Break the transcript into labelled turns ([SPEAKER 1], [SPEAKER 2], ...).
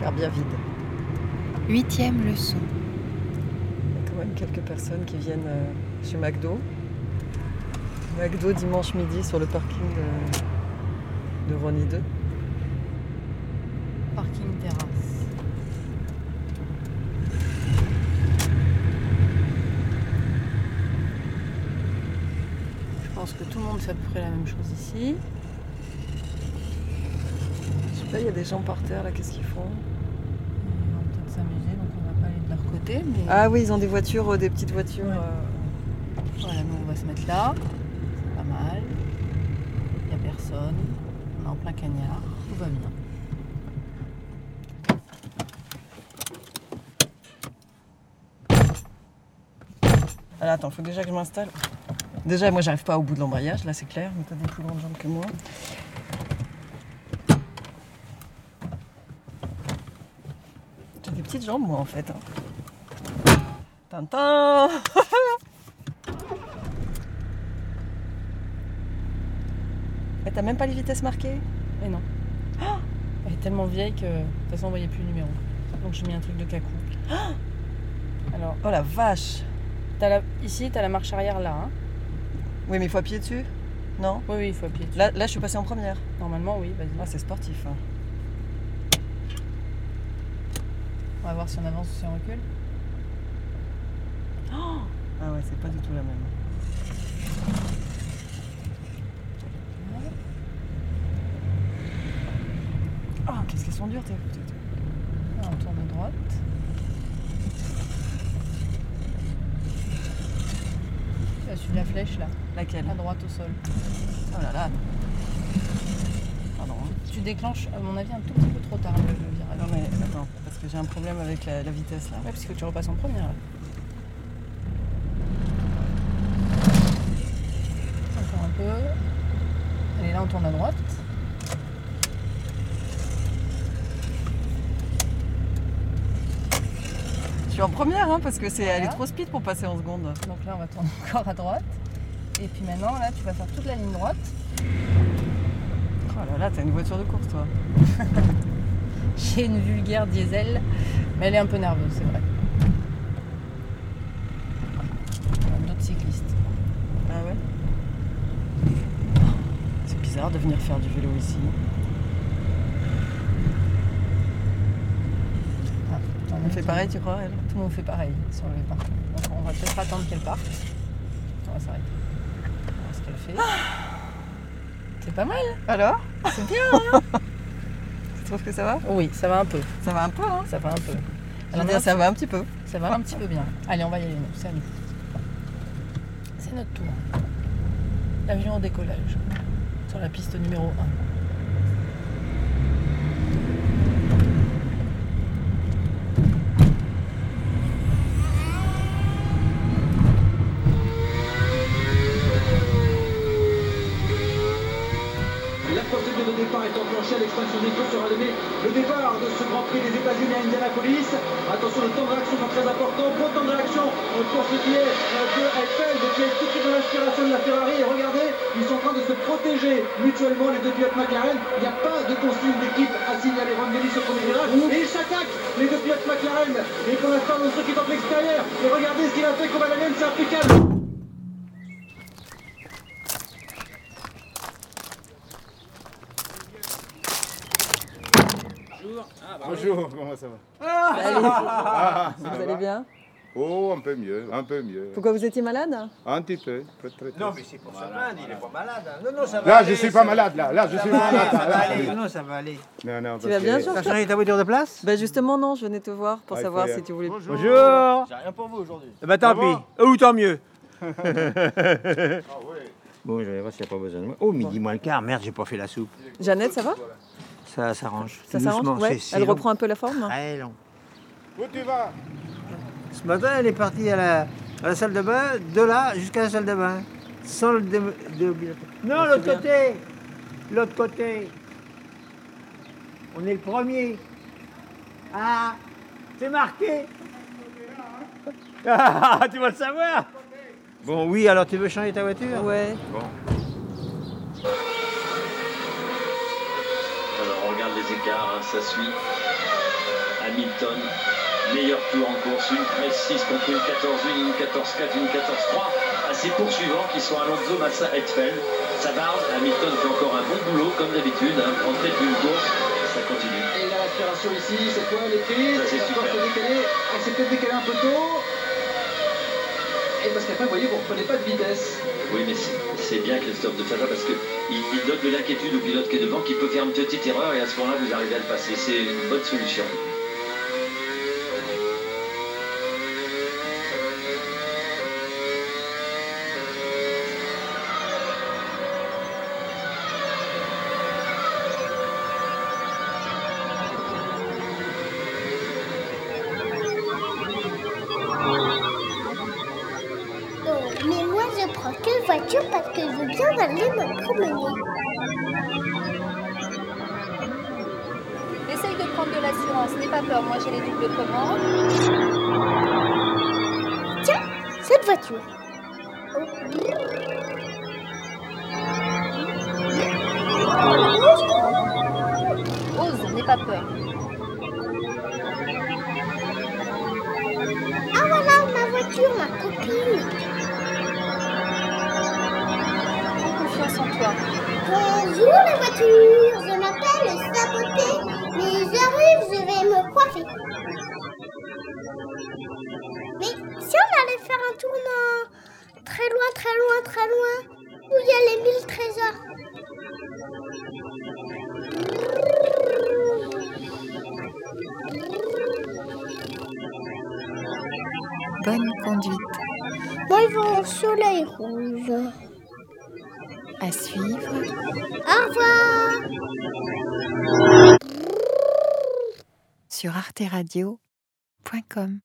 [SPEAKER 1] Car bien vide.
[SPEAKER 2] Huitième leçon.
[SPEAKER 1] Il y a quand même quelques personnes qui viennent euh, chez McDo. McDo dimanche midi sur le parking de, de Ronnie 2.
[SPEAKER 3] Parking terrasse. Je pense que tout le monde fait à peu près la même chose ici.
[SPEAKER 1] Je sais pas, il y a des gens par terre là, qu'est-ce qu'ils font
[SPEAKER 3] Ils vont peut-être s'amuser, donc on va pas aller de leur côté. Mais
[SPEAKER 1] Ah oui, ils ont des voitures, euh, des petites voitures.
[SPEAKER 3] Ouais.
[SPEAKER 1] euh,
[SPEAKER 3] voilà, nous on va se mettre là. C'est pas mal. Il n'y a personne. On est en plein cagnard. Tout va bien.
[SPEAKER 1] Alors attends, faut déjà que je m'installe. Déjà, moi, j'arrive pas au bout de l'embrayage, là, c'est clair, mais t'as des plus grandes jambes que moi. J'ai des petites jambes, moi, en fait. hein. Tintin Mais t'as même pas les vitesses marquées
[SPEAKER 3] Mais non. Elle est tellement vieille que de toute façon on voyait plus le numéro. Donc j'ai mis un truc de cacou. Ah Alors,
[SPEAKER 1] Oh la vache
[SPEAKER 3] t'as la... ici, t'as la marche arrière là. hein.
[SPEAKER 1] Oui, mais il faut appuyer dessus Non
[SPEAKER 3] Oui, oui, il faut appuyer dessus.
[SPEAKER 1] là, là, je suis passée en première.
[SPEAKER 3] Normalement, oui, vas-y.
[SPEAKER 1] Ah, c'est sportif. hein.
[SPEAKER 3] On va voir si on avance ou si on recule.
[SPEAKER 1] Ah ouais, c'est pas du tout la même. Ah, qu'est-ce qu'elles sont dures, tes. tes- tes-
[SPEAKER 3] Là, on tourne à droite. Là, suis la flèche là,
[SPEAKER 1] Laquelle
[SPEAKER 3] à droite au sol.
[SPEAKER 1] Ah, Oh là là Pardon. hein.
[SPEAKER 3] Tu déclenches, à mon avis, un tout petit peu trop tard le, le virage.
[SPEAKER 1] Ah Non, mais attends, parce que j'ai un problème avec la, la vitesse là.
[SPEAKER 3] Ouais, parce que tu repasses en première. là. Encore un peu. Allez, là, on tourne à droite.
[SPEAKER 1] Je suis en première, hein, parce que c'est, elle est
[SPEAKER 3] Voilà.
[SPEAKER 1] trop speed pour passer en seconde.
[SPEAKER 3] Donc là, on va tourner encore à droite. Et puis maintenant, là, tu vas faire toute la ligne droite.
[SPEAKER 1] Oh là là, t'as une voiture de course, toi.
[SPEAKER 3] J'ai une vulgaire diesel, mais elle est un peu nerveuse, c'est vrai. Comme D'autres cyclistes.
[SPEAKER 1] Ah ouais C'est bizarre de venir faire du vélo ici.
[SPEAKER 3] Ah, t'en
[SPEAKER 1] On
[SPEAKER 3] as
[SPEAKER 1] fait
[SPEAKER 3] qui-
[SPEAKER 1] pareil, tu crois, elle
[SPEAKER 3] Tout le monde fait pareil sur le parcours. Donc on va peut-être attendre qu'elle parte. On va s'arrêter. On va voir ce qu'elle fait. C'est pas mal.
[SPEAKER 1] Alors
[SPEAKER 3] C'est bien.
[SPEAKER 1] hein. Tu trouves que ça va
[SPEAKER 3] Oui, ça va un peu.
[SPEAKER 1] Ça va un peu, hein
[SPEAKER 3] Ça va un peu.
[SPEAKER 1] Je veux
[SPEAKER 3] Alors,
[SPEAKER 1] dire,
[SPEAKER 3] notre-
[SPEAKER 1] ça va un petit peu.
[SPEAKER 3] Ça va un petit peu bien. Allez, on va y aller, nous. C'est à nous. C'est notre tour. L'avion au décollage. Sur la piste numéro 1.
[SPEAKER 4] La procédure de départ est enclenchée, à l'extraction des feux sera donné le départ de ce Grand Prix des États-Unis à Indianapolis. Attention, le temps de réaction sera très important. Bon temps de réaction euh, pour ce qui est euh, de Eiffel, qui est tout de suite dans l'inspiration de la Ferrari. Et regardez, ils sont en train de se protéger mutuellement, les deux pilotes McLaren. Il n'y a pas de consigne d'équipe à signaler Vandelli sur premier virage. Et ils s'attaquent, les deux pilotes McLaren. Et pour l'instant, le qui est en l'extérieur. Et regardez ce qu'il a fait comme à la même, c'est impeccable.
[SPEAKER 5] Bonjour, comment ça va
[SPEAKER 1] Vous allez bien
[SPEAKER 5] Oh, un peu mieux, un peu mieux.
[SPEAKER 1] Pourquoi vous étiez malade
[SPEAKER 5] Un petit peu, très très très.
[SPEAKER 6] Non, mais c'est pour se plaindre, il n'est pas malade. hein. Non, non, ça va
[SPEAKER 5] Là,
[SPEAKER 6] aller,
[SPEAKER 5] je suis
[SPEAKER 6] ça
[SPEAKER 5] pas
[SPEAKER 6] va-
[SPEAKER 5] malade, là, là, je
[SPEAKER 6] Ça
[SPEAKER 5] suis
[SPEAKER 6] va aller,
[SPEAKER 5] malade.
[SPEAKER 6] ça
[SPEAKER 5] là,
[SPEAKER 6] va
[SPEAKER 5] là.
[SPEAKER 6] aller. Non, ça va aller.
[SPEAKER 5] Non, non,
[SPEAKER 1] Tu
[SPEAKER 5] parce
[SPEAKER 1] vas bien,
[SPEAKER 5] que-
[SPEAKER 1] Georges
[SPEAKER 6] T'as changé ta voiture de place
[SPEAKER 1] Bah justement, non, je venais te voir pour
[SPEAKER 5] Ah, il faut
[SPEAKER 1] savoir
[SPEAKER 5] y
[SPEAKER 1] si
[SPEAKER 5] aller.
[SPEAKER 1] tu voulais...
[SPEAKER 6] Bonjour.
[SPEAKER 4] J'ai rien pour vous aujourd'hui.
[SPEAKER 6] Eh ben tant
[SPEAKER 5] bon
[SPEAKER 6] pis. Ou tant mieux.
[SPEAKER 5] Ah ouais.
[SPEAKER 6] Bon, je vais voir s'il n'y a pas besoin de moi. Oh, midi moins le quart, merde, j'ai pas fait la soupe.
[SPEAKER 1] Jeannette, ça va
[SPEAKER 6] Ça s'arrange.
[SPEAKER 1] Ça
[SPEAKER 6] Tout doucement,
[SPEAKER 1] s'arrange
[SPEAKER 6] c'est-
[SPEAKER 1] Ouais,
[SPEAKER 6] c'est
[SPEAKER 1] elle
[SPEAKER 6] long.
[SPEAKER 1] reprend un peu la forme
[SPEAKER 6] Très long.
[SPEAKER 5] Où tu vas
[SPEAKER 6] Ce matin, elle est partie à la, à la salle de bain, de là jusqu'à la salle de bain. Sans le dé- déambulateur. Non, l'autre côté L'autre côté On est le premier. Ah C'est marqué Ah, tu vas le savoir Bon, oui, alors tu veux changer ta voiture
[SPEAKER 1] Ouais.
[SPEAKER 7] Euh, Alors on regarde les écarts, hein, ça suit. Hamilton. Meilleur tour en course, une 13-6 contre une 14-8, une 14-4, une 14-3 à ses poursuivants qui sont Alonso, Massa, Hetfeld. Ça barre, Hamilton fait encore un bon boulot comme d'habitude, hein, en tête d'une course, ça continue.
[SPEAKER 4] Et la respiration ici, cette fois, elle est prise.
[SPEAKER 7] Ça, c'est
[SPEAKER 4] la
[SPEAKER 7] super.
[SPEAKER 4] porte décalée. Elle s'est peut-être décalée un peu tôt. Et parce qu'après, vous voyez, vous ne reprenez pas de vitesse.
[SPEAKER 7] Oui, mais c'est- c'est bien Christophe de faire ça parce qu'il il donne de l'inquiétude au pilote qui est devant qui peut faire une petite erreur et à ce moment-là vous arrivez à le passer. C'est une bonne solution.
[SPEAKER 8] Oh, mais moi je prends que le voiture parce que je veux bien aller me promener.
[SPEAKER 3] Essaye de prendre de l'assurance, n'aie pas peur, moi j'ai les doubles commandes.
[SPEAKER 8] Tiens, cette voiture. Oh.
[SPEAKER 3] Ose, n'aie pas peur.
[SPEAKER 8] Ah voilà, ma voiture, ma copine.
[SPEAKER 3] Prends confiance en toi.
[SPEAKER 8] Bonjour la voiture, je m'appelle Saboté, mais j'arrive, je vais me coiffer. Mais si on allait faire un tournant très loin, très loin, très loin, où il y a les mille trésors.
[SPEAKER 1] Bonne conduite.
[SPEAKER 8] Moi, ils vont au soleil rouge.
[SPEAKER 1] À suivre.
[SPEAKER 8] Au revoir.
[SPEAKER 1] sur arteradio.com.